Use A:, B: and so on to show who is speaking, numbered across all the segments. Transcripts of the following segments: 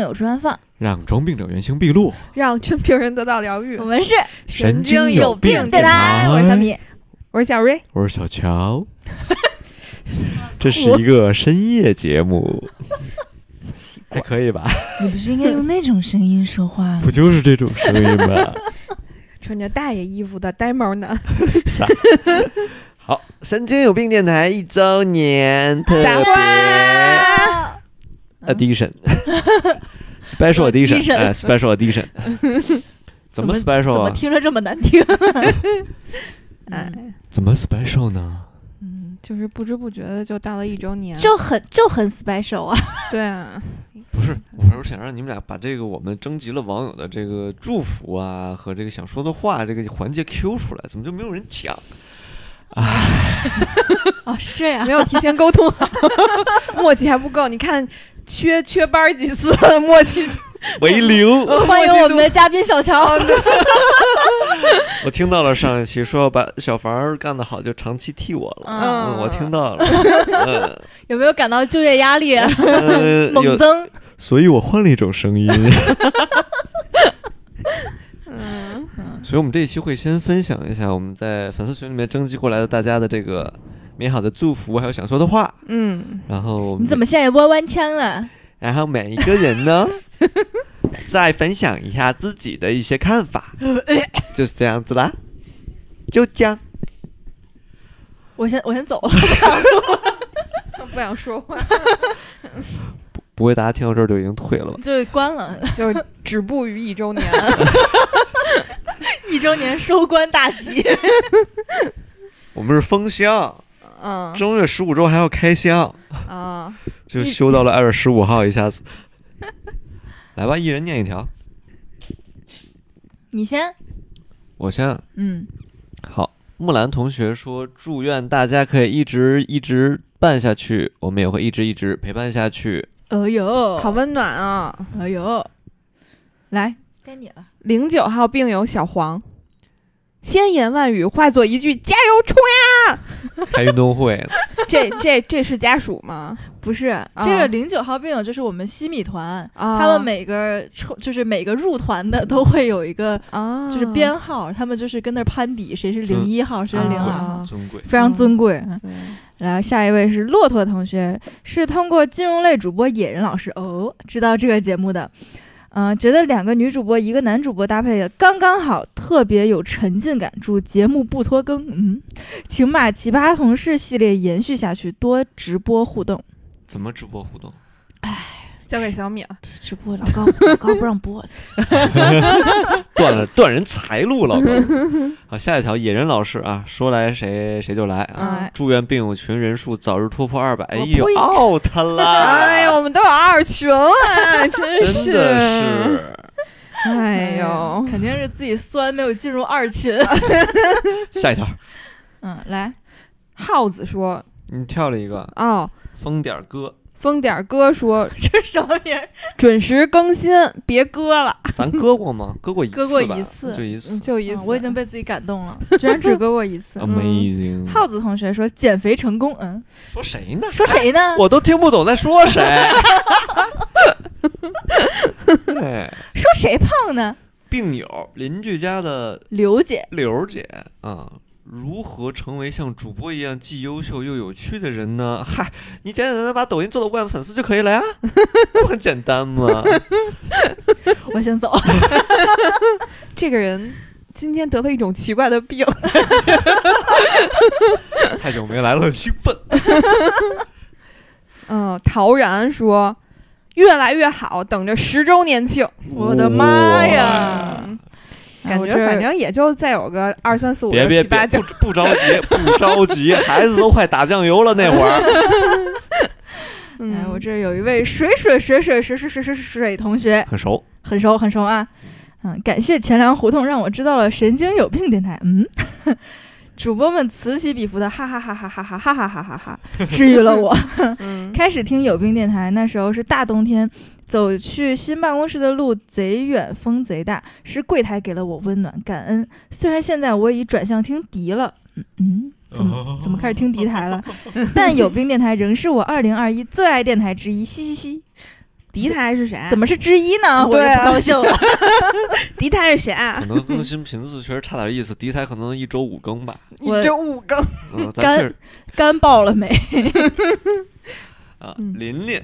A: 友吃完饭，
B: 让装病者原形毕露。
C: 让真病人得到疗愈
A: 我。们是
B: 神经
C: 有病
B: 病
A: 电台，我是小米。
C: 我是小瑞，
B: 我是小 乔。这是一个深夜节目，还可以吧？
D: 你不是应该用那种声音说话吗？
B: 不就是这种声音吗？
C: 穿着大爷衣服的呆毛男，
B: 好， 神经有病电台一周年特
C: 撒
B: 别
A: 啊
B: edition special edition，
D: Edition
B: 哎，special edition，怎 么 special
D: 怎么
B: 啊？
D: 听着这么难听？
C: 哎，
B: 怎么 special 呢？
C: 嗯，就是不知不觉的就到了一周年，
D: 就很就很 special 啊！
C: 对啊，
B: 不是，我是想让你们俩把这个我们征集了网友的这个祝福啊和这个想说的话这个环节 Q 出来，怎么就没有人讲？
D: 哦，是这样
C: 没。有提前沟通好， 默契还不够。你看，缺缺班儿几次，默契哦
B: 为零。
D: 欢迎我们的嘉宾小乔，
B: 我听到了上一期说要把小房儿干得好，就长期替我了。
D: 嗯
B: 嗯，我听 到了。嗯
D: 有没有感到就业压力啊
B: 呃，
D: 猛
B: 有，
D: 增？
B: 所以我换了一种 声音。
C: 嗯，
B: 所以我们这一期会先分享一下我们在粉丝群里面征集过来的大家的这个美好的祝福，还有想说的话。
C: 嗯，
B: 然后
D: 你怎
B: 么？
D: 么现在弯啊弯腔了？
B: 然后每一个 人呢，再分享一下自己的一些看 法，就是这样子啦。就这样，
D: 我先我先走了。
C: 嗯不想说话，
B: 不会大家听到这儿就已经退了吧？
D: 就关了，
C: 就是止步于一周年。
D: 一周年收官大吉。
B: 我们是封箱，
C: 嗯
B: 正月十五周还要开箱，
C: 啊，
B: 就
C: 一
B: 休到了二月十五号，一 下子。来吧，一人念一条，
D: 你先，
B: 我先。
D: 嗯，
B: 好，木兰同学说，祝愿大家可以一直一直办下去，我们也会一直一直陪伴下去。
D: 哎呦，
C: 好，温暖啊！
D: 哎呦，来，该你了。
C: 零九号病友小黄，千言万语化作一句“加油冲
B: 开运动会，
C: 呀”，这这这是家属吗？
D: 不是、这
C: 啊
D: 个零九号病友，就是我们西米团，
C: 啊
D: 他们每个抽就是每个入团的都会有一个
C: 啊，
D: 就是编号，他们就是跟那儿攀比谁是零一号，谁是
B: 尊
D: 零二
B: 贵
C: 啊
D: 号，
B: 尊贵。
D: 非常尊贵。
C: 对
D: 然后下一位是骆驼同学，是通过金融类主播野人老师哦知道这个节目的，嗯、觉得两个女主播一个男主播搭配的刚刚好，特别有沉浸感，祝节目不拖更。嗯，请把奇葩同事系列延续下去，多直播互动。
B: 怎么直播互动？
C: 交给小米了。
D: 直播老高 老高不让播，
B: 断 了断人财路，老哥。好，下一条，野人老师啊，说来谁谁就来啊。
D: 哎，
B: 祝愿病友群人数早日突破二百。哎
D: 我
B: 呦
D: 呸
B: ，out
D: 啊
B: 啦！
C: 哎呦，我们都有二群了，哎真是，
B: 真的是。
C: 哎呦，
D: 肯定是自己酸没有进入二群。
B: 下一条，
D: 嗯，来，
C: 耗子说
B: 你跳了一个
C: 哦，
B: 疯点儿歌，
C: 疯点儿哥说
D: 这什么名儿？
C: 准时更新，别割了，
B: 咱割过吗？ 割过一次吧，
D: 割过一次
B: 就一次。
C: 就一次，
D: 嗯我已经被自己感动了，居然只割过一次。
B: Amazing。
D: 耗子同学说减肥成功，嗯，
B: 说谁呢？
D: 说谁呢？
B: 我都听不懂在说谁。对，
D: 说谁胖呢？
B: 病友邻居家的
D: 刘姐，
B: 柳儿姐啊、如何成为像主播一样既优秀又有趣的人呢？嗨，你简简单单把抖音做到五万粉丝就可以了呀， 不很简单吗？
D: 我先走。
C: 这个人今天得了一种奇怪 的病，
B: 太久没来了，兴奋。
C: 嗯，陶然说越来越好，等着十周年庆，
D: 我的妈呀！
C: 感
D: 我
C: 哎觉
D: 这
C: 反正也就再有个二三四五
B: 别
C: 六
B: 别
C: 七
B: 别，
C: 八 九
B: 不，不着急，不着急，孩子都快打酱油了那会 儿。
D: 哎，我
C: 嗯，
D: 这有一位水水水水水水水水水同学，
B: 很熟，
D: 很熟很熟啊，嗯，感谢钱粮胡同让我知道了神经有病电台，嗯，主播们此起彼伏的哈哈哈哈哈哈哈哈哈哈哈，治愈了我。
C: 嗯
D: 开始听有病电台，那时候是大冬天，走去新办公室的路贼远，风贼大，是柜台给了我温暖，感恩。虽然现在我已转向听迪了，嗯 嗯，怎么怎么开始听 迪台了？但有病电台仍是我二零二一最爱电台之一，嘻嘻嘻。
C: 迪台是谁？啊
D: 怎么是之一呢？我就
C: 对啊
D: 不高兴 了。
C: 迪台是谁啊
B: 可？能更新频次确实差点意思，敌台可能一周五更吧。
C: 你
D: 我
C: 这五更，
B: 嗯，咱
D: 干
B: 确实
D: 干爆了没？
B: 啊，
C: 嗯
B: 琳琳，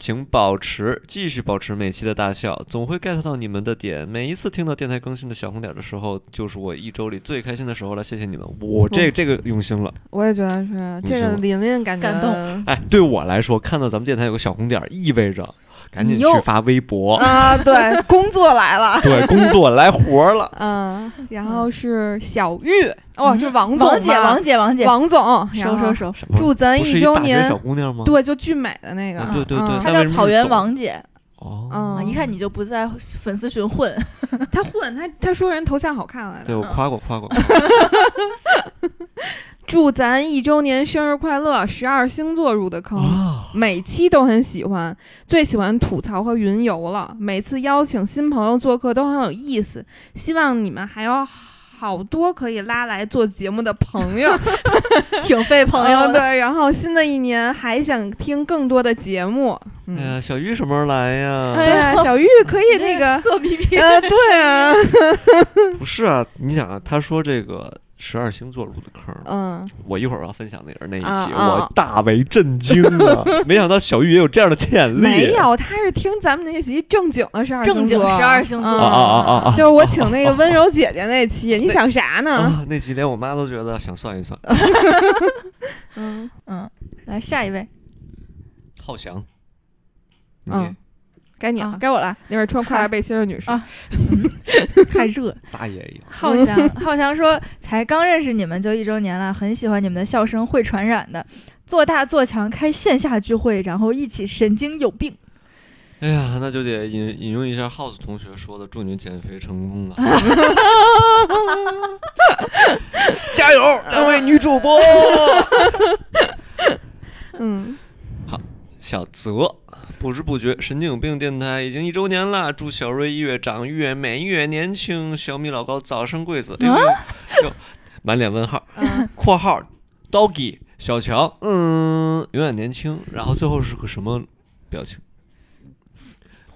B: 请保持继续保持每期的大笑，总会 get 到你们的点。每一次听到电台更新的小红点的时候，就是我一周里最开心的时候了。谢谢你们，我
C: 哦
B: 这这个用心了。
C: 我也觉得是这
B: 你
C: 个
B: 说
C: 琳琳感觉
D: 感动
B: 哎，对我来说，看到咱们电台有个小红点，意味着赶紧
D: 你
B: 去
D: 又
B: 发微博，
C: 啊，对，工作来了。
B: 对，工作来活儿了。
C: 嗯，然后是小玉，哦，
D: 嗯
C: 这王总嘛，
D: 王姐，王姐，王姐，
C: 王总，
D: 收收收，
B: 什么
C: 祝 咱
B: 不是
C: 一
B: 一
C: 周
B: 大学
C: 年
B: 小，姑娘吗？
C: 对，就聚美的那个
B: 啊，对对对
C: 嗯
D: 她叫
B: 那为什么是
D: 草原
B: 总
D: 王姐
B: 哦，
D: 啊！
C: 嗯，
D: 一看你就不在粉丝群混。
C: 他混，他他说人头像好看来
B: 对
C: 的。
B: 我夸过夸过。
C: 祝咱一周年生日快乐！十二星座入的坑。
B: 啊，
C: 每期都很喜欢，最喜欢吐槽和云游了。每次邀请新朋友做客都很有意思，希望你们还有好多可以拉来做节目的 朋友。
D: 挺费朋友
C: 嗯
D: 的。
C: 对，然后新的一年还想听更多的节目。
B: 哎
C: 嗯，
B: 呀，小玉什么时候来呀？
D: 哎，
C: 对啊，小玉可以那 个
D: 色眯眯，
C: 呃，对啊，
B: 不是啊，你想啊，他说这个十二星座入的坑儿，
C: 嗯，
B: 我一会儿要分享的也是那一
C: 啊
B: 集，
C: 啊
B: 我大为震惊啊！没想到小玉也有这样的潜力，
C: 没有，他是听咱们那集正经的十二
D: 正经十二星座
B: 啊啊
C: 嗯
B: 啊啊！
C: 就是我请那个温柔姐姐那 期，你想啥呢？
B: 啊，那集连我妈都觉得想算一算。
C: 嗯，
D: 嗯，来下一位，
B: 浩翔，你
C: 嗯该你
D: 啊
C: 了，
D: 该我了。
C: 那边穿跨栏背心的女士
D: 啊。太热。
B: 大爷一样，
D: 浩翔， 浩翔说，才刚认识你们就一周年了，很喜欢你们的笑声，会传染的。做大做强，开线下聚会，然后一起神经有病。
B: 哎呀，那就得引引用一下 House 同学说的，祝你减肥成功了，加油，两位女主播。
C: 嗯，
B: 小泽，不知不觉，神经有病电台已经一周年了，祝小瑞越长越美越年轻，小米老高早生贵子。哎呦呦满脸问号，
C: 嗯
B: 括号 doggy 小乔，嗯，永远年轻。然后最后是个什么表情？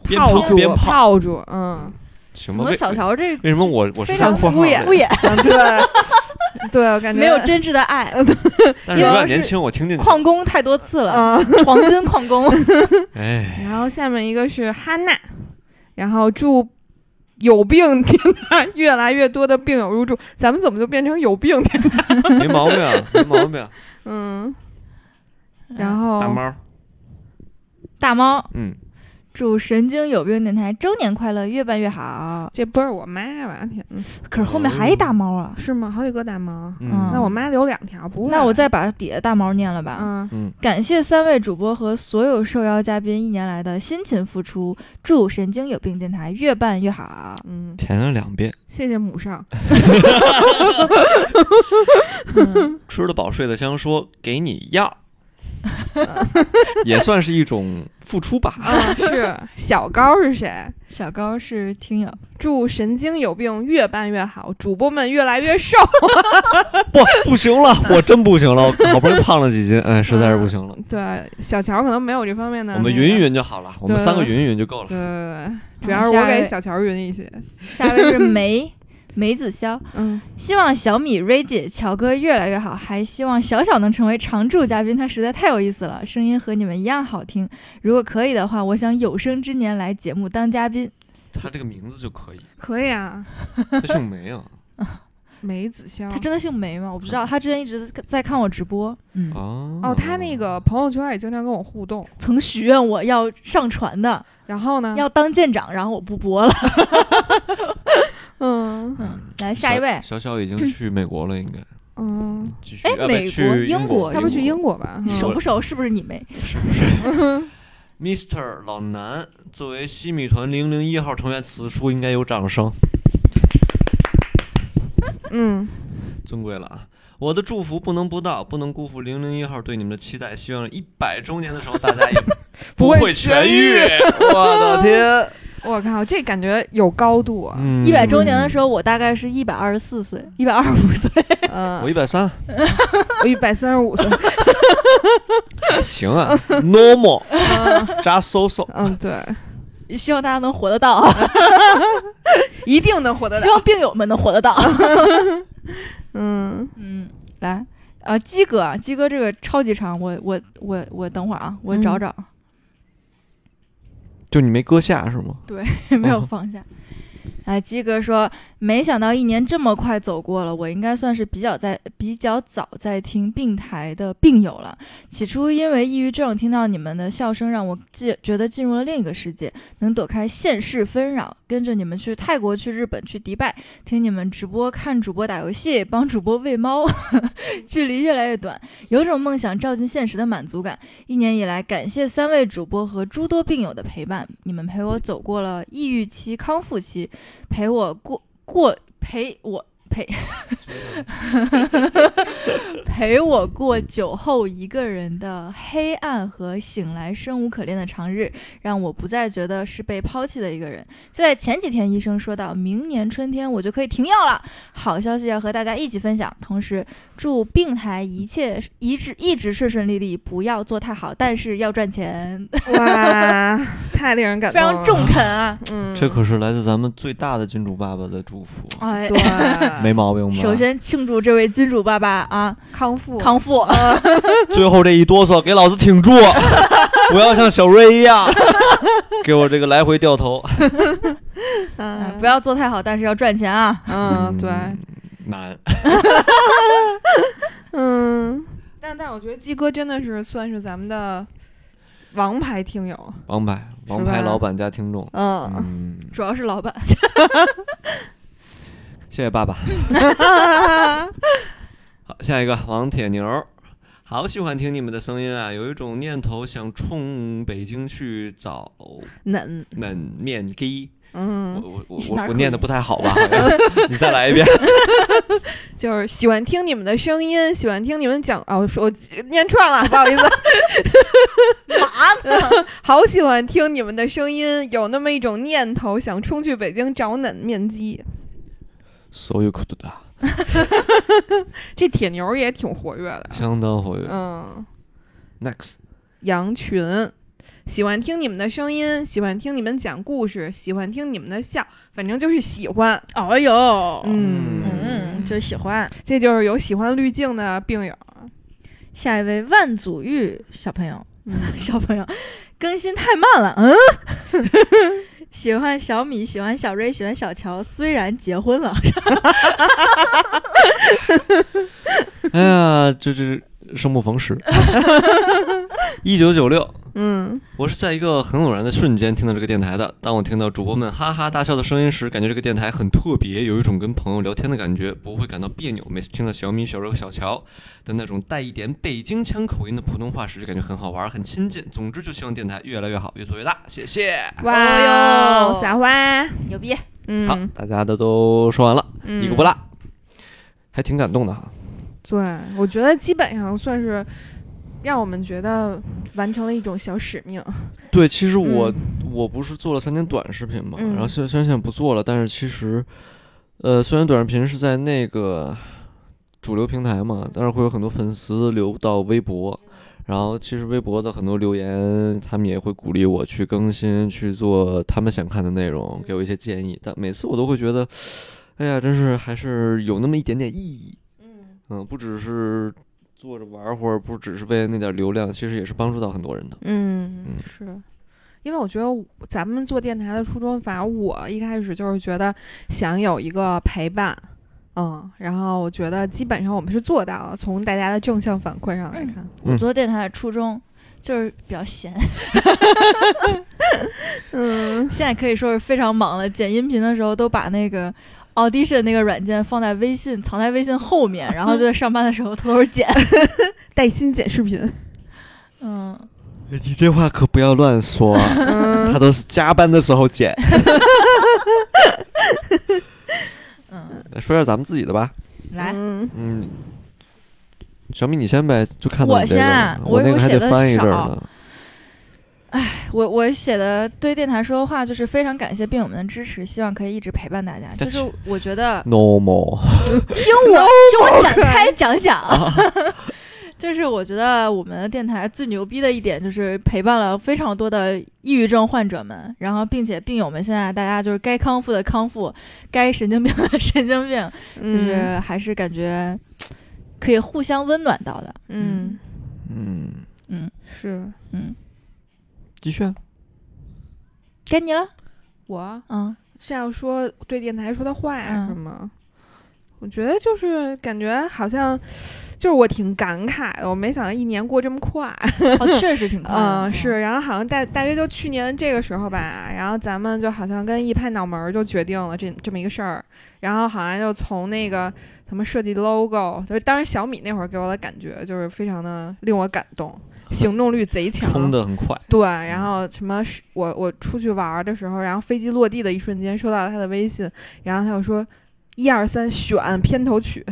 B: 鞭炮
C: 泡，住
B: 鞭，炮，
C: 泡住，嗯，
B: 什
D: 怎
B: 么
D: 么
B: 为？哎
D: 小乔这
B: 为什么我我是
D: 非
B: 看
D: 常
B: 括号
C: 敷衍
B: 的
D: 敷衍，
C: 对， 对，我感觉
D: 没有真挚的爱？
B: 但是永
D: 主要
B: 远
D: 是
B: 年轻，我听进去。
D: 旷工太多次了，
C: 嗯。
D: 黄金旷工。
B: 哎，
C: 然后下面一个是哈娜，然后祝有病天台越来越多的病友入住，咱们怎么就变成有病天台？
B: 没毛病，没毛 病。
C: 嗯，然后
B: 大猫，
D: 嗯大猫
B: 嗯，
D: 祝神经有病电台周年快乐，越办越好。
C: 这不是我妈吧？天哪，
D: 可是后面还一大猫啊，
C: 是吗？好几个大毛，
B: 嗯，
C: 那我妈留两条，不会吧
D: 那我再把底下大猫念了吧。
C: 嗯
B: 嗯，
D: 感谢三位主播和所有受邀嘉宾一年来的辛勤付出，祝神经有病电台越办越好。
C: 嗯，
B: 舔了两遍，
C: 谢谢母上，
D: 嗯
B: 吃得饱睡得香说给你药， 也算是一种付出吧。
C: 啊，是小高是谁？
D: 小高是听友，
C: 祝神经有病越办越好，主播们越来越瘦。
B: 不，不行了， 我真不行了，我好不容易胖了几斤，哎，实在是不行了。
C: 对，小乔可能没有这方面的。
B: 我们匀一。匀就好了，我们
C: 对
B: 三个匀一匀就够了
C: 嗯对。对对，主
D: 好
C: 要是
D: 下
C: 我
D: 一
C: 给
D: 位
C: 小乔匀一些。
D: 下一位是梅 梅子潇，
C: 嗯，
D: 希望小米、瑞姐、乔哥越来越好，还希望小小能成为常驻嘉宾，他实在太有意思了，声音和你们一样好听。如果可以的话，我想有生之年来节目当嘉宾。
B: 他这个名字就可以，
C: 可以啊，
B: 他姓梅啊。
C: 梅子香
D: 他。真的姓梅吗？我不知道，他之前一直在看我直播，嗯，
B: 哦
C: 哦，他那个朋友圈也经常跟我互动。
D: 曾许愿我要上传的，
C: 然后呢？
D: 要当舰长，然后我不播了。
C: 嗯
D: 嗯，来下一位，
B: 小小小已经去美国了，应该
C: 嗯，
B: 继续。
D: 哎
B: 呃不
D: 美国
B: 去
D: 英
B: 国，
D: 国
C: 他不是去英国吧？
D: 你
C: 嗯
D: 熟不熟？是不是你妹？
B: Mr 老南作为西米团零零一号成员，此处应该有掌声。
C: 嗯，
B: 尊贵了啊！我的祝福不能不到，不能辜负零零一号对你们的期待。希望一百周年的时候，大家也
C: 不会
B: 会痊
C: 痊愈
B: 愈。我的天！
C: 我靠，这感觉有高度啊！
B: 嗯，
D: 一百周年的时
B: 候，
D: 候，我大概是一百二十四岁，一百二十五岁。
C: 嗯
D: 啊
B: 我，一百三，
C: 我一百三十五岁，
B: 行啊，normal，
C: 嗯
B: 扎 so so，
C: 嗯，对，
D: 希望大家能活得到啊！
C: 一定能活得
D: 希
C: 了。
D: 望病友们能活得到。啊
C: 嗯，
D: 嗯，来，呃，鸡哥，啊，鸡哥这个超级长，我我我我等会儿啊，我找
C: 嗯
D: 找，
B: 就你没搁下是吗？
D: 没有放下。啊，鸡哥说，没想到一年这么快走过了，我应该算是比较在比较早在听病台的病友了。起初因为抑郁症，听到你们的笑声，让我进觉得进入了另一个世界，能躲开现世纷扰，跟着你们去泰国、去日本、去迪拜，听你们直播、看主播打游戏、帮主播喂猫， 距离越来越短，有种梦想照进现实的满足感。一年以来，感谢三位主播和诸多病友的陪伴，你们陪我走过了抑郁期、康复期，陪我过过陪我陪 陪我过酒后一个人的黑暗和醒来生无可恋的长日，让我不再觉得是被抛弃的一个人。就在前几天，医生说到明年春天我就可以停药了，好消息要和大家一起分享。同时，祝病台一切一直一直顺顺利利，不要做太好，但是要赚钱，
C: 哇，太令人感
D: 非
C: 动了，
D: 常中肯 啊！
C: 嗯，
B: 这可是来自咱们最大的金主爸爸的祝福，
D: 哎，
C: 对，
B: 没毛病吧？
D: 首先庆祝这位金主爸爸啊
C: 康复，
D: 康复。
B: 最后这一哆嗦，给老子挺住，不要像小瑞一样， 给我这个来回掉头。
D: 嗯，
C: 嗯，
D: 不，要做太好，但是要赚钱啊！
C: 嗯，对，
B: 难。
C: 嗯，但但我觉得鸡哥真的是算是咱们的王牌听友，
B: 王牌，
C: 是
B: 王牌
C: 吧
B: 老板加听众，
C: 嗯，
B: 嗯，
D: 主要是老板，
B: 谢谢爸爸。
C: 嗯
B: 好，下一个王铁牛儿，好喜欢听你们的声音啊，有一种念头想冲北京去找
C: 嫩，
B: 冷面鸡。我
C: 嗯，
B: 我我
D: 你是哪
B: 我
D: 儿
B: 我
D: 口
B: 念的
D: 音
B: 不太好吧？好像你再来一遍。
C: 就是喜欢听你们的声音，喜欢听你们讲啊，我说我念串了，不好 意思，
D: 嘛 呢？
C: 好喜欢听你们的声音，有那么一种念头想冲去北京找冷面鸡。
B: 所有苦读的，
C: 这铁牛儿也挺活跃的，
B: 相当活跃。
C: 嗯，
B: Next，
C: 羊群。喜欢听你们的声音，喜欢听你们讲故事，喜欢听你们的笑，反正就是喜欢。
D: 哎呦，
C: 嗯
D: 嗯，就喜欢。
C: 这就是有喜欢滤镜的病友。
D: 下一位万祖玉小朋友，
C: 嗯，
D: 小朋友更新太慢 了，嗯。喜欢小米，喜欢小瑞，喜欢小乔。虽然结婚了，
B: 哎呀，这这这生不逢时。一九九六，
C: 嗯
B: 我是在一个很偶然的瞬间听到这个电台的。当我听到主播们哈哈大笑的声音时，感觉这个电台很特别，有一种跟朋友聊天的感觉，不会感到别扭。每次听到小米、小柔和小乔的那种带一点北京腔口音的普通话时，就感觉很好玩，很亲近。总之，就希望电台越来越好，越做越大。谢谢。
C: 哇
D: 哦
C: 哟，撒花！
D: 牛逼！
B: 好
C: 嗯，，
B: 大家的都说完了，
C: 嗯
B: 一个不。落，还挺感动的哈。
C: 对，我觉得基本上算是让我们觉得完成了一种小使命。
B: 对，其实我、
C: 嗯
B: 我不是做了三年短视频嘛，
C: 嗯
B: 然后虽虽然现在不做了，但是其实，呃，虽然短视频是在那个主流平台嘛，但是会有很多粉丝流到微博，然后其实微博的很多留言，他们也会鼓励我去更新，去做他们想看的内容，给我一些建议，但每次我都会觉得，哎呀，真是还是有那么一点点意义，
C: 嗯
B: 嗯，不只是坐着玩儿会儿，不只是为了那点儿流量，其实也是帮助到很多人的，
C: 嗯
B: 嗯，
C: 是。因为我觉得我咱们做电台的初衷，反正我一开始就是觉得想有一个陪伴，嗯，然后我觉得基本上我们是做到了。从大家的正向反馈上来看，
D: 我做电台的初衷就是比较闲，
C: 嗯
D: 现在可以说是非常忙了。剪音频的时候都把那个 Audition 那个软件放在微信，藏在微信后面，然后就在上班的时候偷偷 剪。
C: 带薪剪视频，
D: 嗯，
B: 哎 你这话可不要乱说啊，
C: 嗯
B: 他都是加班的时候剪。
D: 嗯，
B: 说下咱们自己的吧，
D: 来，
C: 嗯
B: 嗯，小米你先呗，就看到
D: 我
B: 你这个
D: 先
B: 了，
D: 啊
B: 我
D: 我
B: 那个
D: 我
B: 还
D: 写
B: 得
D: 的
B: 翻一阵儿
D: 少
B: 呢。
D: 我我写的对电台说的话就是非常感谢病友们的支持，希望可以一直陪伴大家。
B: 这
D: 就是我觉得
B: normal，
D: 听我听我展开讲讲， 就是我觉得我们的电台最牛逼的一点就是陪伴了非常多的抑郁症患者们，然后并且病友们现在大家就是该康复的康复，该神经病的神经病，就
C: 嗯
D: 是还是感觉可以互相温暖到的。
C: 嗯
B: 嗯，
D: 嗯
C: 是
D: 嗯，
B: 的确，
D: 该你了，
C: 我
D: 嗯
C: 是要说对电台说的话
D: 嗯
C: 是吗？我觉得就是感觉好像，就是我挺感慨的，我没想到一年过这么快，
D: 哦，确实 挺快的，
C: 嗯，是，然后好像大大约就去年这个时候吧，然后咱们就好像跟一拍脑门儿就决定了这这么一个事儿，然后好像就从那个什么设计 logo，就是当时小米那会儿给我的感觉就是非常的令我感动，行动力贼强，
B: 啊冲的很快，
C: 对，
B: 嗯
C: 然后什么是？我我出去玩儿的时候，然后飞机落地的一瞬间收到了他的微信，然后他就说一二三选片头曲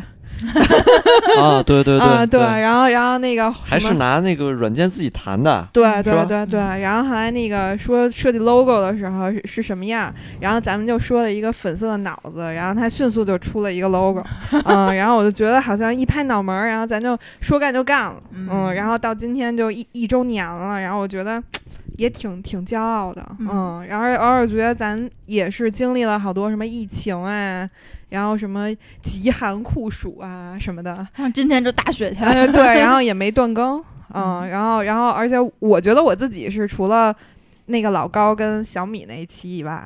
B: 啊，对对
C: 啊、
B: 对
C: 对，，然后然后那个
B: 还
C: 什
B: 是
C: 么
B: 拿那个软件自己弹的，
C: 对
B: 是吧
C: 对对对，然后后来那个说设计 logo 的时候是是什么样，然后咱们就说了一个粉色的脑子，然后他迅速就出了一个 logo，嗯，然后我就觉得好像一拍脑门儿，然后咱就说干就干了，
D: 嗯
C: 嗯，然后到今天就一一周年了，然后我觉得也挺挺骄傲的，
D: 嗯
C: 嗯，然后偶尔觉得咱也是经历了好多什么疫情啊，然后什么极寒酷暑啊什么的，
D: 像今天就大雪 天，
C: 呃，对，然 后也没断更，嗯，
D: 嗯
C: 然后然后而且我觉得我自己是除了那个老高跟小米那一期以外，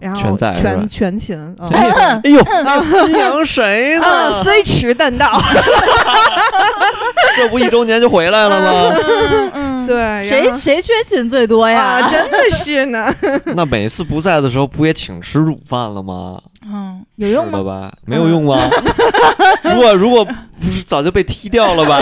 C: 然后
B: 全在是吧
C: 全全勤，嗯
B: 哎呦哎呦，阴阳谁呢
D: 嗯
C: 啊，？虽迟但到，
B: 这不一周年就回来了吗？
D: 嗯 嗯，
C: 对，然
D: 谁
C: 后
D: 谁缺勤最多呀
C: 啊，？真的 是呢，
B: 那每次不在的时候，不也请吃午饭了吗？
D: 嗯，有用
B: 是
D: 吗？嗯
B: 的吧？没有用吗？ 如果如果不是早就被踢掉了 吧？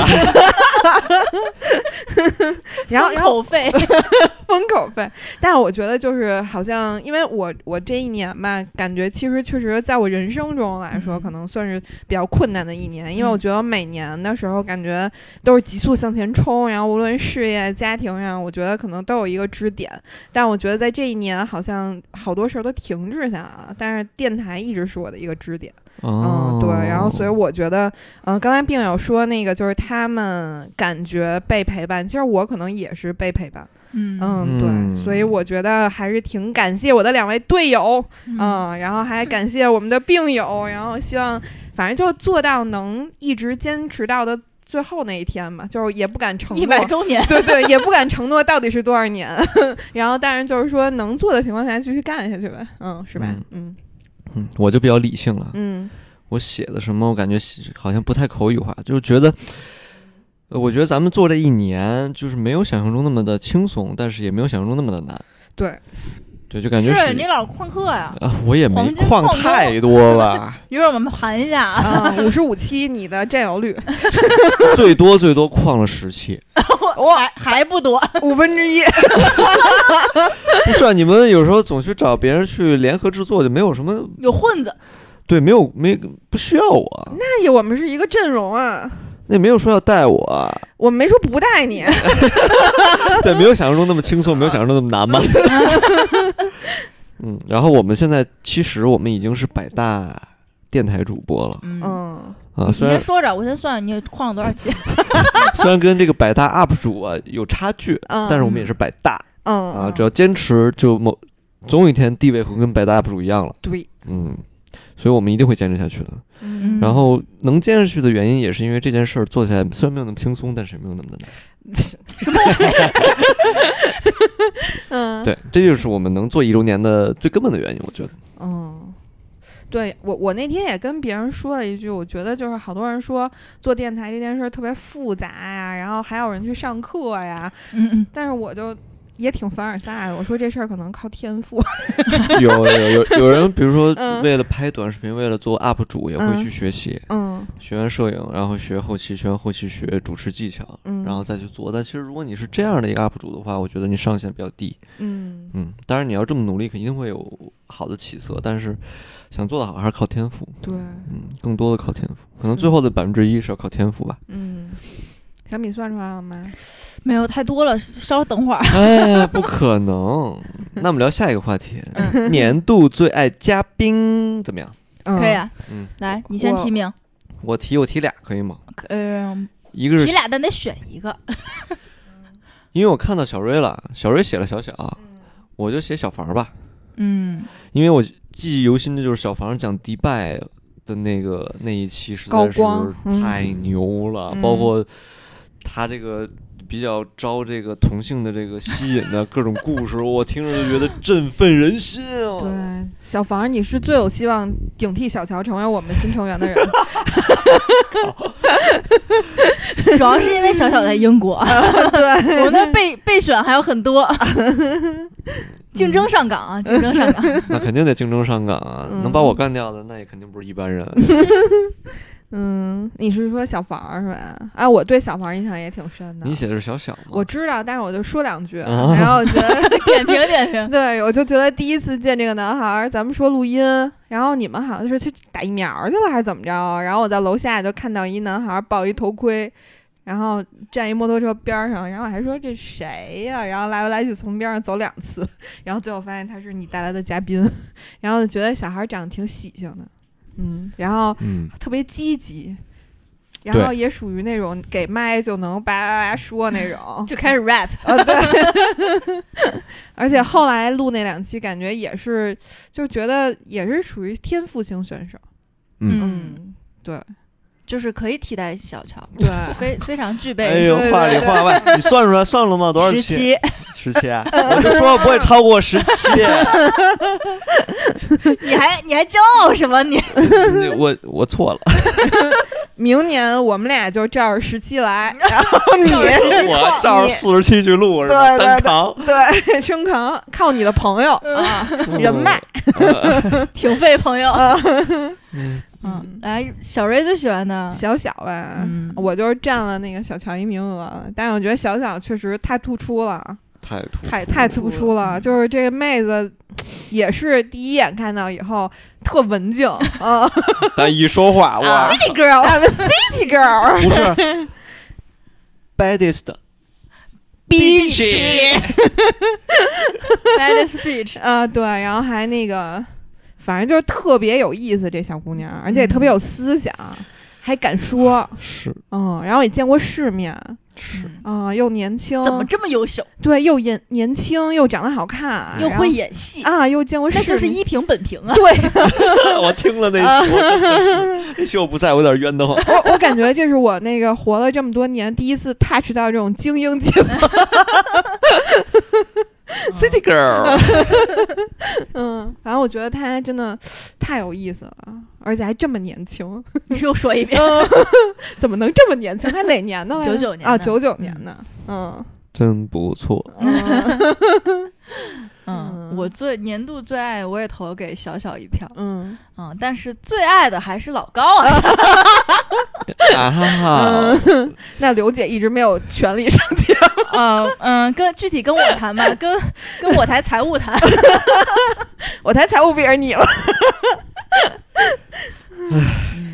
C: 然后然后
D: 口费，
C: 封口费，但我觉得就是好像因为我我这一年吧，感觉其实确实在我人生中来说，
D: 嗯
C: 可能算是比较困难的一年，因为我
D: 嗯
C: 觉得每年的时候感觉都是急速向前冲，然后无论事业、家庭啊上，我觉得可能都有一个支点，但我觉得在这一年好像好多事儿都停滞下来了，但是电台一直是我的一个支点。嗯，对，
B: 哦
C: 然后所以
D: 哦
C: 我觉得，嗯、刚才病友说那个就是他们感觉被陪伴，其实我可能也是被陪伴，
D: 嗯
C: 嗯，对，
B: 嗯
C: 所以我觉得还是挺感谢我的两位队友，
D: 嗯
C: 嗯，然后还感谢我们的病友，然后希望反正就做到能一直坚持到的最后那一天吧，就是也不敢承诺
D: 一百周年，
C: 对对，也不敢承诺到底是多少年， 然后但是就是说能做的情况下继续干下去呗，嗯，是吧？嗯
B: 嗯，我就比较理性了。
C: 嗯
B: 我写的什么，我感觉写好像不太口语化，就是觉得，呃我觉得咱们做这一年，就是没有想象中那么的轻松，但是也没有想象中那么的难。
C: 对，
B: 对，就感觉
D: 是
B: 是
D: 你老旷课呀，
B: 啊，我也
D: 黄
B: 没
D: 金
B: 旷
D: 矿工
B: 太多吧，
D: 一会儿我们盘一下啊。
C: 啊，五十五期你的占有 率
B: 最多最多旷了十期。
D: 还还不多，
C: 五分之一，
B: 不是啊，你们有时候总去找别人去联合制作，就没有什么
D: 有混子，
B: 对，没有没不需要我，
C: 那哎我们是一个阵容啊，
B: 那也没有说要带我啊，
C: 我们没说不带你，
B: 对，没有想象中那么轻松，没有想象中那么难嘛。 嗯，然后我们现在其实我们已经是百大电台主播了
D: 嗯，
C: 嗯。
B: 啊，
D: 你
B: 虽
D: 先
B: 然
D: 说着，我先算算你旷了多少 期。
B: 虽然跟这个百大 UP 主啊有差距，
C: 嗯
B: 但是我们也是百大
C: 嗯
B: 啊，只要坚持，就某总有一天地位会跟百大 UP 主一样了。
C: 对，
B: 嗯，所以我们一定会坚持下去的。
D: 嗯
B: 然后能坚持下去的原因，也是因为这件事儿做起来虽然没有那么轻松，但是也没有那么的难。
C: 嗯，
B: 对，这就是我们能做一周年的最根本的原因，我觉得。
C: 嗯，对我我那天也跟别人说了一句，我觉得就是好多人说做电台这件事儿特别复杂呀，然后还有人去上课呀，
D: 嗯嗯，
C: 但是我就也挺凡尔赛的，我说这事儿可能靠天赋，
B: 有有有有人，比如说
C: 嗯
B: 为了拍短视频，为了做 UP 主，也会
C: 嗯
B: 去学习，
C: 嗯
B: 学完摄影，然后学后期，学完后期学主持技巧，
C: 嗯
B: 然后再去做。但其实如果你是这样的一个 UP 主的话，我觉得你上限比较低。
C: 嗯
B: 嗯，当然你要这么努力，肯定会有好的起色，但是想做得好还是靠天赋。
C: 对，
B: 嗯，更多的靠天赋，可能最后的百分之一是要靠天赋吧。
C: 嗯，小米算出来了吗？
D: 没有太多了，稍等会儿。
B: 哎，不可能。那我们聊下一个话题，年度最爱嘉宾怎么样？
C: 嗯
D: 可以啊，
B: 嗯，
D: 来，你先
C: 我
D: 提名，
B: 我提我提俩可以吗？
D: 嗯，
B: 一个是
D: 提俩但得选一个。
B: 因为我看到小瑞了，小瑞写了小小，我就写小房吧，
D: 嗯，
B: 因为我记忆犹新的就是小房讲迪拜的那个那一期实
C: 高
B: 在是
C: 光嗯
B: 太牛了，
D: 嗯
B: 包括他这个比较招这个同性的这个吸引的各种故事，我听着就觉得振奋人心啊！
C: 对，小房，你是最有希望顶替小乔成为我们新成员的人。
D: 主要是因为小小在英 国，
C: 对，
D: 我们的备备选还有很 多，竞争上岗啊，竞争上 岗。
B: 那肯定得竞争上岗啊，
C: 嗯
B: 能把我干掉的那也肯定不是一般人。
C: 嗯，你是说小房是吧？哎，我对小房印象也挺深的
B: 你。写的是小小吗？
C: 我知道，但是我就说两句，
B: 啊
C: 然后我觉得，，
D: 点评点评
C: 对我就觉得第一次见这个男孩儿，咱们说录音，然后你们好像是去打疫苗去了还是怎么着？啊然后我在楼下就看到一男孩儿抱一头盔，然后站一摩托车边儿上，然后我还说这谁呀、然后来回来去从边上走两次， 然后最后发现他是你带来的嘉宾，然后就觉得小孩儿长得挺喜庆的，嗯，然后
B: 嗯，
C: 特别积极。
B: 对
C: 然后也属于那种给麦就能叭叭叭说那种，
D: 就开始 rap。
C: 啊，对。 而且后来录那两期，感觉也是，就觉得也是属于天赋型选手。
D: 嗯，，
C: 对
D: 就是可以替代小乔，
C: 对，
D: 非非常具备。
B: 哎呦
C: 对，对
B: 话里
C: 对
B: 话外，你算出来算了吗？多少
D: 十
B: 期？
D: 七，
B: 十七啊，我就说不会超过十 七。
D: 你还你还骄傲什么？你
B: 我我错了，
C: 明年我们俩就照着时期 来，然后哎你
B: 我照着四十七去录是吧？
C: 对对
B: 单
C: 对
B: 扛
C: 对生扛，靠你的朋友啊，人脉。
D: 挺费朋友。
B: 嗯
D: 嗯，来，小瑞最喜欢的，
C: 小小吧。
D: 嗯
C: 我就是占了那个小乔一名额，但是我觉得小小确实太突出了，
B: 太突
D: 太
C: 太突出了。
D: 嗯
C: 就是这个妹子，也是第一眼看到以后特文 静啊，
B: 但一说话哇，
D: City girl，
C: I'm a city girl，
B: 不是 baddest，Bitch
D: Bad speech，
C: 啊，对，然后还那个，反正就是特别有意思，这小姑娘，而且也特
D: 嗯
C: 别有思想，还敢说，
B: 是
C: 嗯，然后也见过世面，
B: 是，
C: 嗯、又年轻，
D: 怎么这么优秀，
C: 对，又年年轻，又长得好看，
D: 又
C: 然后
D: 会演戏？
C: 啊，又见过世
D: 那
C: 面，
D: 就是一评本评啊。
C: 对
B: 我听了那期，我真的是那期我不在，我有点冤得 慌。
C: 我，我感觉这是我那个活了这么多年第一次 touch 到这种精英阶层，
B: City girl，
C: 嗯，反正我觉得她真的太有意思了，而且还这么年轻，
D: 你又说一遍，
C: 怎么能这么年轻？她哪年的来着？
D: 99年
C: 啊，
D: 的
C: 九九年的，嗯。
B: 真不错，
C: 嗯
D: 嗯，
C: 嗯
D: 我最年度最爱我也投给小小一票，
C: 嗯，
D: 嗯，但是最爱的还是老高啊，
B: 啊哈哈，
C: 嗯那刘姐一直没有权利上节
D: 嗯嗯，跟具体跟我谈吧，跟跟我台财务谈，
C: 目，我才财务不也是你了。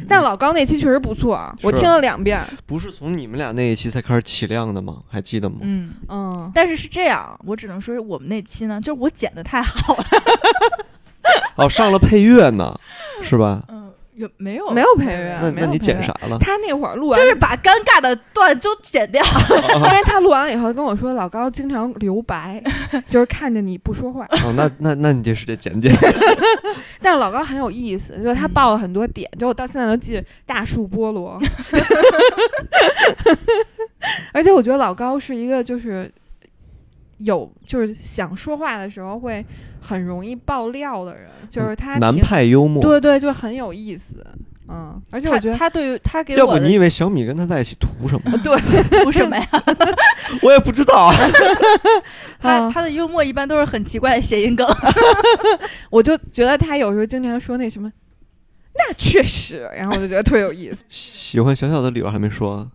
C: 但老高那期确实不错啊，我
B: 是
C: 听了两遍。
B: 不是从你们俩那一期才开始起量的吗？还记得吗？
D: 嗯。
C: 嗯，
D: 但是是这样，我只能说我们那期呢，就是我剪的太好了，
B: 哦，上了配乐呢，是吧？
D: 嗯，有没有
C: 没有配乐
B: 那
C: 嗯没
B: 那
C: 有
B: 你
C: 配
B: 剪
C: 乐
B: 啥了？
C: 他那会儿录完，
D: 就是把尴尬的段都剪掉，
C: 因为他录完了以后跟我说，老高经常留白， 就是看着你不说话。
B: 哦，那那那你这是得剪剪。
C: 但是老高很有意思，就是他
D: 嗯
C: 报了很多点，就我到现在都记得大树 菠萝。而且我觉得老高是一个就是有就是想说话的时候会很容易爆料的人，就是他
B: 南
C: 挺
B: 派幽默。
C: 对对，就很有意思。嗯，而且我觉得
D: 他他对于他给
B: 要不
D: 我的
B: 你以为小米跟他在一起图什么？
C: 对，
D: 图什么呀？
B: 我也不知道。啊
D: 他
C: 嗯
D: 他的幽默一般都是很奇怪的谐音梗，
C: 我就觉得他有时候经常说那什么。那确实，然后我就觉得特别有 意思。
B: 喜欢小小的理由还没说啊，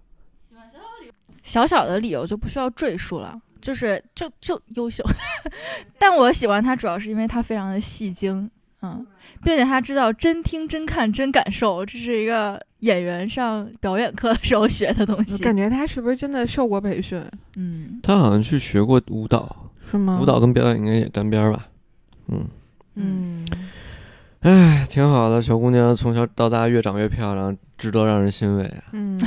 D: 小小的理由就不需要赘述了， 就是就就优秀。但我喜欢他主要是因为他非常的戏精，嗯，并且他知道真听、真看、真感受，这是一个演员上表演课的时候学的东
C: 我
D: 西。
C: 感觉他是不是真的受过培训？
D: 嗯
B: 他好像去学过舞蹈，
C: 是吗？
B: 舞，蹈跟表演应该也沾边儿吧？嗯，
C: 嗯，
B: 哎，挺好的，小姑娘从小到大越长越漂亮，值得让人欣慰啊。
C: 嗯，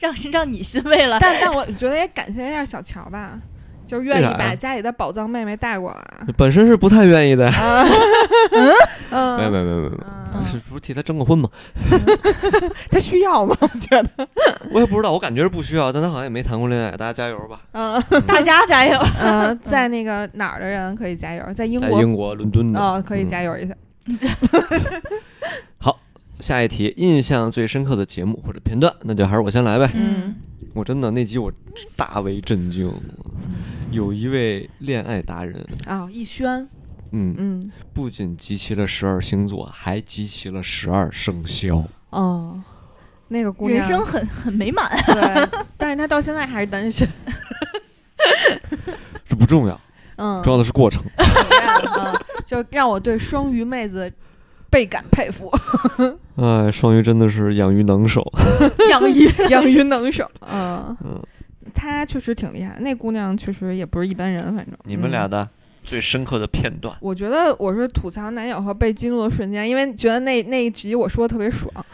D: 让让你欣慰 了。
C: 但但我觉得也感谢一下小乔吧，就是愿
B: 为啥
C: 意
B: 呀
C: 把家里的宝藏妹妹带过 来。
B: 本身是不太愿意的，
C: 啊，嗯，
B: 没有没有没有没有没有，
C: 嗯，
B: 是不是替他征个婚吗？
C: 他需要吗？我觉得，
B: 我也不知道，我感觉是不需要，但他好像也没谈过恋爱，大家加油吧。
C: 嗯
D: 大家加油！
C: 嗯，在那个哪儿的人可以加油，在英
B: 在
C: 国，
B: 英国伦敦的，
C: 嗯，可以加油一下。
B: 下一题，印象最深刻的节目或者片段，那就还是我先来呗。
C: 嗯
B: 我真的那集我大为震惊，有一位恋爱达人，
C: 啊，逸轩，
B: 嗯，
C: 嗯，
B: 不仅集齐了十二星座，还集齐了十二生肖。
C: 哦，那个姑
D: 人
C: 娘，
D: 生很很美满。
C: 对，但是她到现在还是单身。
B: 这不重要，
C: 嗯，
B: 重要的是过程。
C: 嗯，就让我对双鱼妹子倍感佩服，
D: 嗯
B: 哎，双鱼真的是养鱼能手，
D: 养 鱼，
C: 养鱼能手。嗯，
B: 嗯，
C: 她确实挺厉害，那姑娘确实也不是一般人，反正嗯
B: 你们俩。的最深刻的片段，
C: 我觉得我是吐槽男友和被激怒的瞬间，因为觉得那那一集我说的特别爽，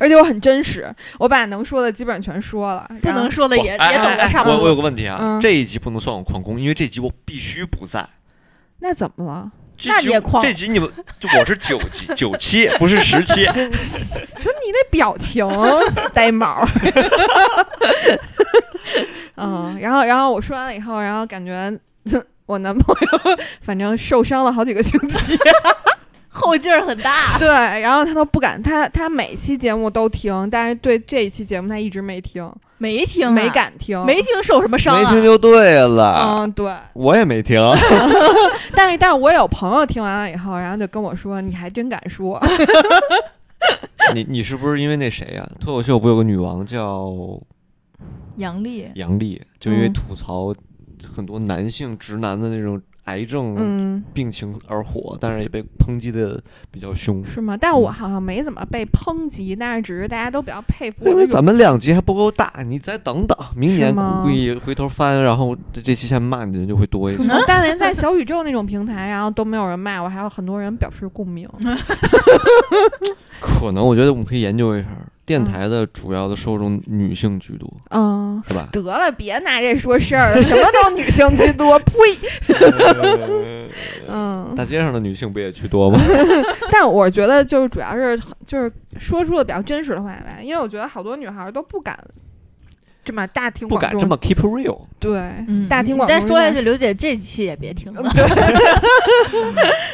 C: 而且我很真实，我把能说的基本全说了，
D: 不能说
C: 说，
D: 的也也
B: 哎
D: 懂
B: 哎
D: 得
B: 哎
D: 差不
B: 我我
D: 多。
B: 有个问题啊，
C: 嗯
B: 这一集不能算我旷工，因为这集我必须不在。
C: 那怎么了？
B: 这
D: 那
B: 集
D: 你也旷
B: 这集你们，就我是九集九期，不是十 期。
C: 就你那表情呆毛。 嗯，然后然后我说完了以后，然后感觉 我男朋友 反正受伤了好几个星期，
D: 后劲儿很 大。
C: 对，然后他都不敢，他他每期节目都听，但是对这一期节目他一直没听，
D: 没听啊、
C: 没敢听，
D: 没听受什么伤
B: 没
D: 啊？
B: 听就对了，
C: 嗯，对，
B: 我也没听。
C: 但是但是我有朋友听完了以后，然后就跟我说：“你还真敢说。
B: 你你是不是因为那谁呀、脱口秀不有个女王叫
D: 杨笠，
B: 杨笠，就因为
C: 嗯
B: 吐槽很多男性直男的那种癌”症
C: 嗯，
B: 病情而火，但是也被抨击的比较凶。
C: 是吗？但我好像没怎么被抨击，但是只是大家都比较佩服
B: 因
C: 我的
B: 为
C: 勇
B: 咱们两集还不够大，你再等等，明年
C: 是吗
B: 估计回头翻，然后这这期下面骂你的人就会多 一些。
C: 嗯但连在小宇宙那种平台，然后都没有人骂我，还有很多人表示共鸣。
B: 可能我觉得我们可以研究一下，电台的主要的受众女性居多，
C: 嗯，？
B: 是吧
C: 得了，别拿这说事儿了，什么都女性居多，呸！
B: 呃
C: 嗯，
B: 大街上的女性不也居 多吗？
C: 但我觉得就是主要是就是说出了比较真实的话呗，因为我觉得好多女孩都不敢这么大庭
B: 不
C: 广
B: 敢
C: 众，
B: 这么 keep real。
C: 对、
D: 嗯，
C: 大庭
D: 你
C: 广众呃
D: 再说下
C: 之
D: 去，
C: 下。
D: 刘姐这期也别听了，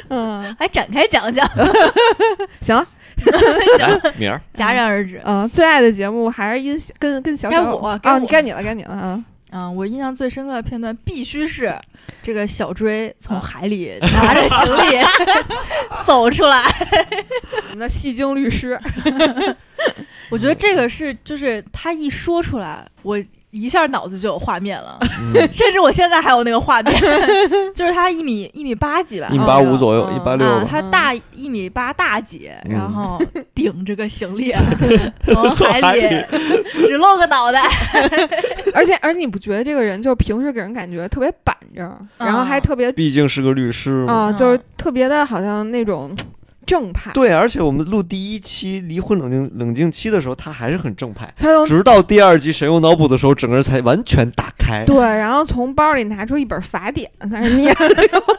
C: 嗯，
D: 还展开讲 讲，
C: 行了，
B: 来，明儿
D: 戛然而止。
C: 嗯，最爱的节目还是因跟跟小
D: 该
C: 小
D: 我该
C: 啊，你
D: 我
C: 该你了，该你了 啊，
D: 啊，我印象最深刻的片段必须是这个小追从海里拿着行李 走出来。
C: 我们的戏精律师，
D: 我觉得这个是，就是他一说出来，我一下脑子就有画面 了，
B: 嗯
D: 甚至我现在还有那个 画面，就是他一米一米八几吧，
B: 一
C: 米
B: 八五左右，
C: 嗯
B: 一八六
D: 哦啊，
B: 吧。
D: 他大一米八大几，
B: 嗯
D: 然 后顶着个行李从
B: 从海
D: 海里只露个脑袋，
C: 而且而你不觉得这个人就是平时给人感觉特别板正，然后还
D: 啊
C: 特别
B: 毕竟是个律师
D: 哦
B: 嘛。
C: 啊，就是特别的，好像那种正派，
B: 对，而且我们录第一期离婚冷静冷静期的时候，他还是很正派，
D: 哦
C: 他都
B: 直到第二集神游脑补的时候，整个人才完全打 开。
C: 对，然后从包里拿出一本法典在那儿念，然后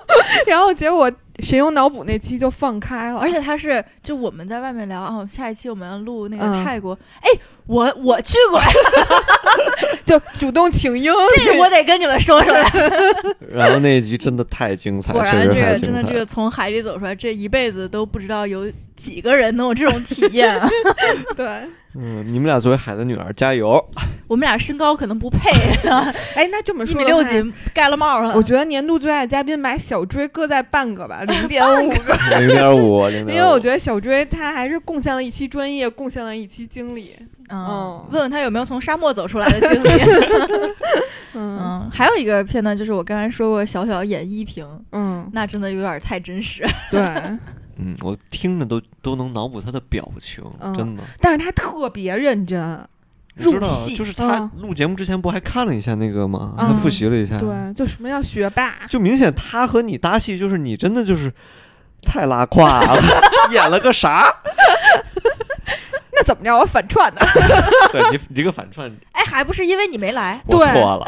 C: 然后结果神游脑补那期就放开了，
D: 而且他是就我们在外面聊，哦，下一期我们要录那个
C: 嗯哎
D: 泰国，哎、我我去过，
C: 就主动请缨，
D: 这我得跟你们说说。
C: 哎
B: 然后那一集真的太精彩，
D: 果
B: 确
D: 然
B: 实
D: 这
B: 太
D: 个
B: 精
D: 真的这
B: 彩
D: 个。从海里走出来，这一辈子都不知道有几个人能有这种体验啊？
C: 对，
B: 嗯，你们俩作为海的女儿，加油！
D: 我们俩身高可能不配，
C: 哎，那这么
D: 一
C: 说
D: 米
C: 的
D: 六
C: 话嗯
D: 几盖了帽了。
C: 我觉得年度最爱嘉宾把小追各在半个 吧，零点五个，
B: 零点五，零
C: 因
B: 点
C: 为我觉得小追他还是贡献了一期专业，贡献了一期经历。
D: 嗯
C: 嗯，
D: 问问他有没有从沙漠走出来的经 历。
C: 嗯
D: 嗯，还有一个片段就是我刚才说过小小演依萍，
C: 嗯，
D: 那真的有点太真实。
C: 对，
B: 嗯，我听着都都能脑补她的表情，
C: 嗯
B: 真的
C: 但是他特别认真，
B: 我知道
D: 哦入戏哦
B: 就是她录节目之前不还看了一下那个吗？她
C: 嗯
B: 复习了一下，，
C: 对，就什么叫学霸，
B: 就明显她和你搭戏，就是你真的就是太拉胯了， 演了个啥？
C: 那怎么着？我反串的，
B: 对你你这个反串，
D: 哎，还不是因为你没来。
B: 我
C: 对
B: 错了，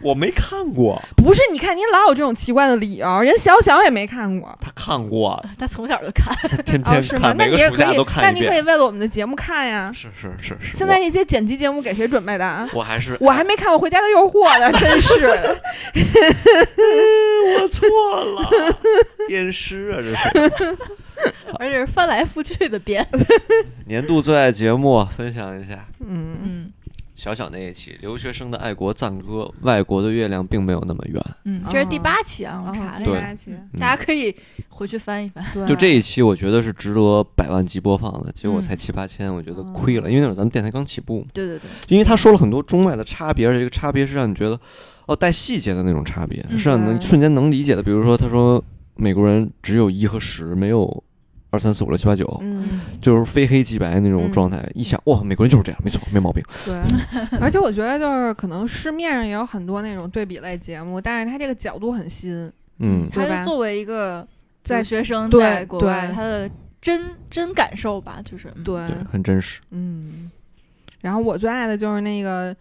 B: 我没看 过，
C: 不是？你看您老有这种奇怪的理由，人小小也没看过。
B: 她看过，
D: 他从小就看，
B: 她天
C: 哦，
B: 天
C: 是吗？
B: 看，
C: 那
B: 每
C: 你
B: 个
C: 也
B: 暑
C: 可
B: 假
C: 以
B: 都，
C: 那
B: 看一
C: 你可以
B: 遍。
C: 为了我们的节目看呀。
B: 是是是是，
C: 现在那些剪辑节目给谁准备的啊？
B: 我我还是
C: 我还没看过《回家的诱惑》呢，真是的。
B: 我错 了，鞭尸啊，这是。
D: 而且是翻来覆去的编。
B: 年度最爱节目分享一下，
C: 嗯
D: 嗯
B: 小小那一期《留学生的爱国赞歌》，外国的月亮并没有那么圆。嗯
D: 嗯，这是第八期啊，我查了一
B: 对
D: 下，
C: 嗯
D: 大家可以回去翻一翻。
C: 哦对
B: 就这一期，我觉得是值得百万级播放的，结
D: 嗯
B: 果才七八千，我觉得亏了，因为那会儿咱们电台刚起步嘛。
D: 对对对，
B: 因为他说了很多中外的差别，而且这个差别是让你觉得，哦，带细节的那种差别，
D: 嗯
B: 是让你能瞬间能理解的。比如说，他说美国人只有一和十，没有二三四五六七八九，
C: 嗯，
B: 就是非黑即白那种
C: 嗯
B: 状态。一想，哇，美国人就是这样，没错，没毛病。
C: 对，
B: 嗯
C: 而且我觉得就是可能市面上也有很多那种对比类节目，但是它这个角度很新，
B: 嗯，
C: 对
D: 他
C: 吧
D: 是作为一个
C: 在
D: 留学生
C: 对
D: 在国外，
C: 对
D: 他的真真感受吧，就是嗯
C: 对，
B: 对，很真实。
C: 嗯。然后我最爱的就是那个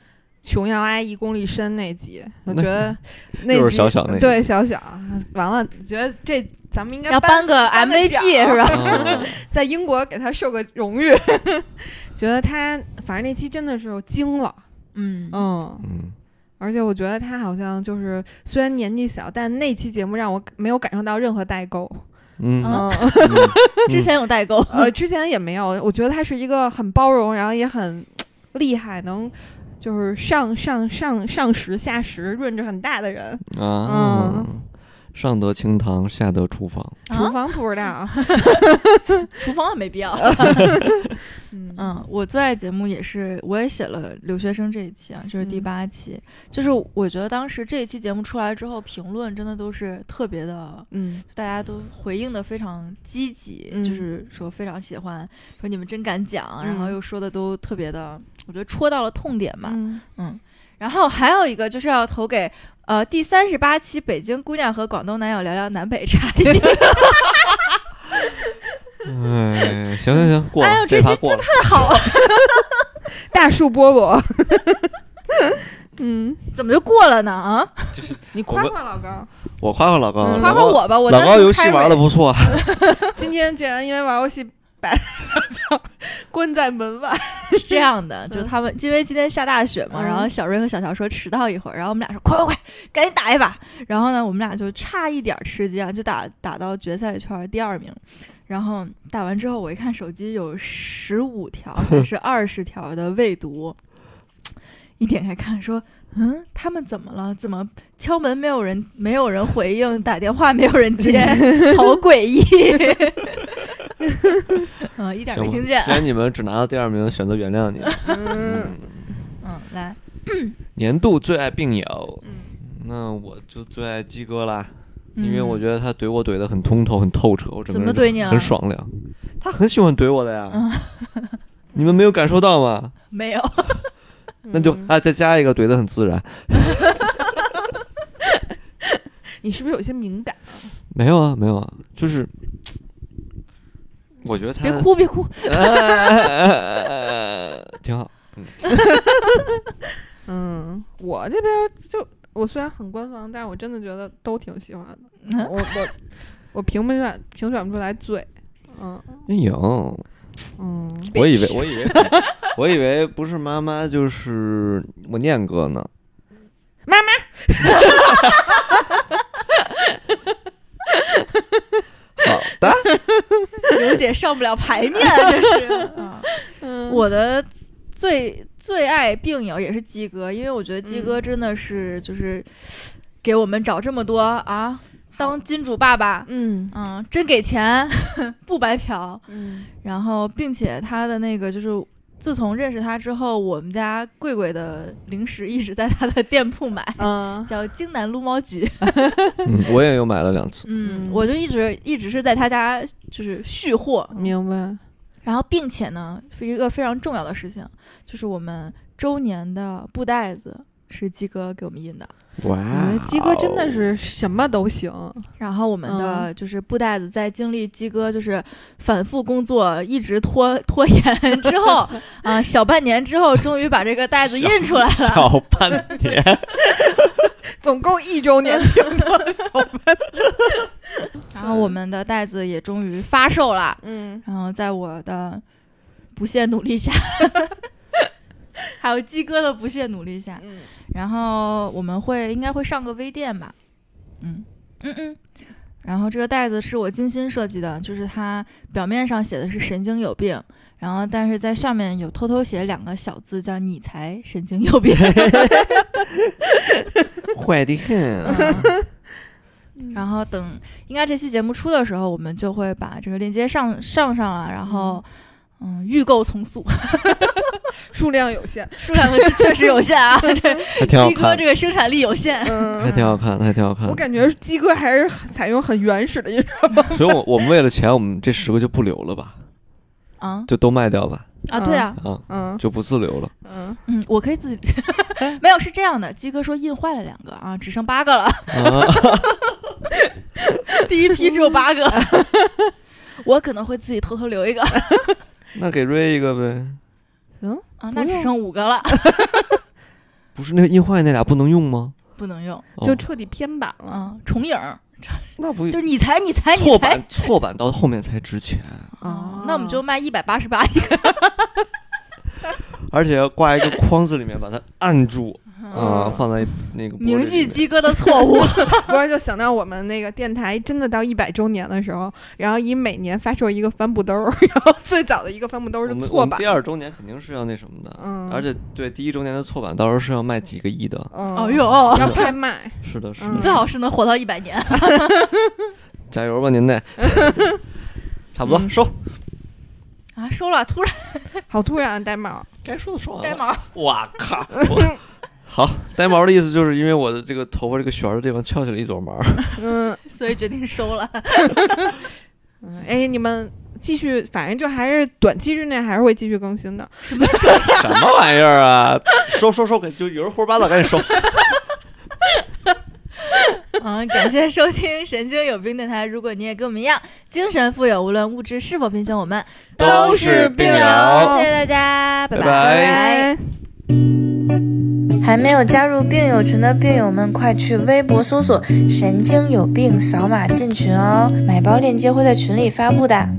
C: 琼瑶阿姨功力深那集，我
B: 那
C: 觉得那 集
B: 又是小小那集
C: 对小小，完了，觉得这咱们应该
D: 要颁个
C: 颁个
D: MVP
C: 奖
D: 是吧？
B: 嗯
C: 在英国给他受个荣誉， 觉得他反正那期真的是我惊了，
D: 嗯
C: 嗯，
B: 嗯，
C: 而且我觉得他好像就是虽然年纪小，但那期节目让我没有感受到任何代沟，
B: 嗯，
C: 嗯，
D: 之前有代沟，
C: 呃，之前也没有，我觉得他是一个很包容，然后也很厉害，能就是上上上上十下十，润着很大的人，
B: 嗯啊，上得厅堂，下得厨房，
C: 厨
D: 啊
C: 房不知道，
D: 厨房也没必要。
C: 嗯
D: 嗯，我最爱节目也是，我也写了留学生这一期啊，就是
C: 嗯
D: 第八期，就是我觉得当时这一期节目出来之后，评论真的都是特别的，
C: 嗯
D: 大家都回应的非常积极，
C: 嗯
D: 就是说非常喜欢，说你们真敢讲，
C: 嗯
D: 然后又说的都特别的，我觉得戳到了痛点吧。
C: 嗯
D: 然后还有一个就是要投给呃第三十八期北京姑娘和广东男友聊聊南北差异。
B: 哎，行行行，过
D: 哎呦
B: 了，
D: 这
B: 趴
D: 期
B: 过了。
D: 好，啊
C: 大树菠萝，嗯，
D: 怎么就过了呢？啊，
C: 你
B: 我
C: 夸
B: 们
C: 夸老高，
B: 我夸夸老高了，
C: 嗯
D: 夸夸
B: 老高
D: 我吧，我
B: 老
D: 当
B: 高
D: 时
B: 游戏玩的不错，啊
C: 今天竟然因为玩游戏把关在门外，
D: 是这样
B: 嗯
D: 的，就他们因为今天下大雪嘛，
C: 嗯
D: 然后小瑞和小乔说迟到一会儿，然后我们俩说快快快，赶紧打一把。然后呢，我们俩就差一点吃鸡啊，就打打到决赛圈第二名。然后打完之后，我一看手机有十五条 还是二十条的未读，一点开看说，嗯，他们怎么了？怎么敲门没有人，没有人回应，打电话没有人 接，好诡异。嗯，一点没
B: 行吧
D: 听见。
B: 既然你们只拿到第二名，选择原 谅你。
C: 嗯
D: 嗯，来，
B: 年度最爱病友，
C: 嗯
B: 那我就最爱鸡哥啦，因为
D: 嗯
B: 我觉得他怼我怼的很通透，很透彻，我整
D: 怎
B: 个
D: 么
B: 人
D: 怼你啊了
B: 很爽亮。他很喜欢怼我的呀，
D: 嗯
B: 你们没有感受到吗？
D: 没有。嗯
B: 那就
C: 嗯
B: 啊，再加一个怼的很自然。
C: 你是不是有些敏感？
B: 没有啊，没有啊，就是我觉得 他
D: 别哭，别哭。
B: 挺好。
C: 嗯，我这边儿就我虽然很官方，但是我真的觉得都挺喜欢的。我我我评不选评选不出来最，嗯
B: 哎呦，
C: 嗯
B: 我以为我以为我以为不是妈妈就是我念哥呢。
C: 妈
B: 妈。好的，
D: 刘姐上不了牌面 啊，这是。嗯
C: 嗯
D: 我的最最爱病友也是鸡哥，因为我觉得鸡哥真的是就是给我们找这么多啊，当金主爸爸，
C: 嗯
D: 嗯，真给钱 不白嫖。
C: 嗯
D: 然后，并且他的那个就是。自从认识他之后，我们家贵贵的零食一直在他的店铺买，
C: 嗯
D: 叫京南撸猫局。
B: 嗯，我也有买了两次。
D: 嗯
C: 嗯，
D: 我就一直一直是在他家就是续货，
C: 明白。
D: 然后，并且呢，是一个非常重要的事情，就是我们周年的布袋子是鸡哥给我们印的，
B: 哇
C: 我觉得鸡哥真的是什么都行。
D: 然后我们的就是布袋子在经历鸡哥就是反复工作，一直拖拖延之后，啊、小半年之后，终于把这个袋子印出来了。
B: 小半年，
C: 总共一周年庆的
D: 然后我们的袋子也终于发售了。
C: 嗯，
D: 然后在我的不懈努力下， 还有鸡哥的不懈努力下，
C: 嗯
D: 然后我们会应该会上个微店吧，嗯嗯嗯。然后这个袋子是我精心设计的，就是它表面上写的是“神经有病”，然后但是在下面有偷偷写两个小字，叫“你才神经有 病”。
B: 坏的很。啊
D: 然后等应该这期节目出的时候，我们就会把这个链接上上上了，然后嗯，预购从速，
C: 数量有限。
D: 数量确实有限 啊，
B: 还挺好
D: 鸡哥
B: 看
D: 这，个生产力有限。
B: 还
C: 嗯，
B: 挺好看，还挺好看
C: 我。感觉鸡哥还是很采用很原始的一种。
B: 所以，我我们为了钱，我们这十个就不留了吧，
D: 啊
B: 就都卖掉吧，
D: 啊，对啊，
B: 啊，
C: 嗯
B: 就不自留了。
C: 嗯，
D: 嗯，我可以自己， 没有是这样的，鸡哥说印坏了两个啊，只剩八个了，
B: 啊，
D: 第一批只有八个，我可能会自己偷偷留一个
B: 那给瑞一个呗。
D: 啊，那只剩五个了，
B: 不是那个印坏那俩不能用吗？
D: 不能用，
B: 哦
C: 就彻底偏版了。
D: 嗯，重影儿
B: 那不
D: 就是你才你
C: 哎
D: 才你
B: 嗯错
D: 才
B: 版，错版到后面才值钱，
C: 哦
D: 啊，那我 们就卖一百八十八一个，
B: 而且要挂一个框子里面把它按住啊，
C: 嗯
B: 放在那个
D: 铭记
B: 机。
D: 鸡哥的错误。
C: 不是，就想到我们那个电台真的到一百周年的时候，然后以每年发售一个帆布兜儿，然后最早的一个帆布兜
B: 我
C: 儿是
B: 们我
C: 错
B: 们
C: 版
B: 第，二周年肯定是要那什么的，
C: 嗯
B: 而且对第一周年的错版，到时候是要卖几个亿的。
C: 嗯，
D: 哦，呦，
C: 要拍卖，
B: 是的，是
C: 嗯
B: 的，
D: 最好是能活到一百年。
B: 加油吧 您得，差不多
C: 嗯
B: 收，
D: 啊，收了，突然
C: 好突然啊，呆毛，
B: 该说的说完了。
D: 呆毛，
B: 哇 靠！我好，呆毛的意思就是因为我的这个头发这个旋儿的地方翘起了一撮毛儿。
C: 嗯
D: 所以决定收了。
C: 嗯，哎，你们继续，反正就还是短期之内还是会继续更新的，
B: 什么玩意儿啊！收收收，给就有人胡说八道，赶紧收。
D: 嗯，感谢收听《神经有病电台》。如果你也跟我们一样精神富有，无论物质是否贫穷，我们
B: 都是病友
D: 谢谢大家，拜
B: 拜拜
D: 拜
C: 拜。
A: 还没有加入病友群的病友们，快去微博搜索“神经有病”，扫码进群哦。买包链接会在群里发布的。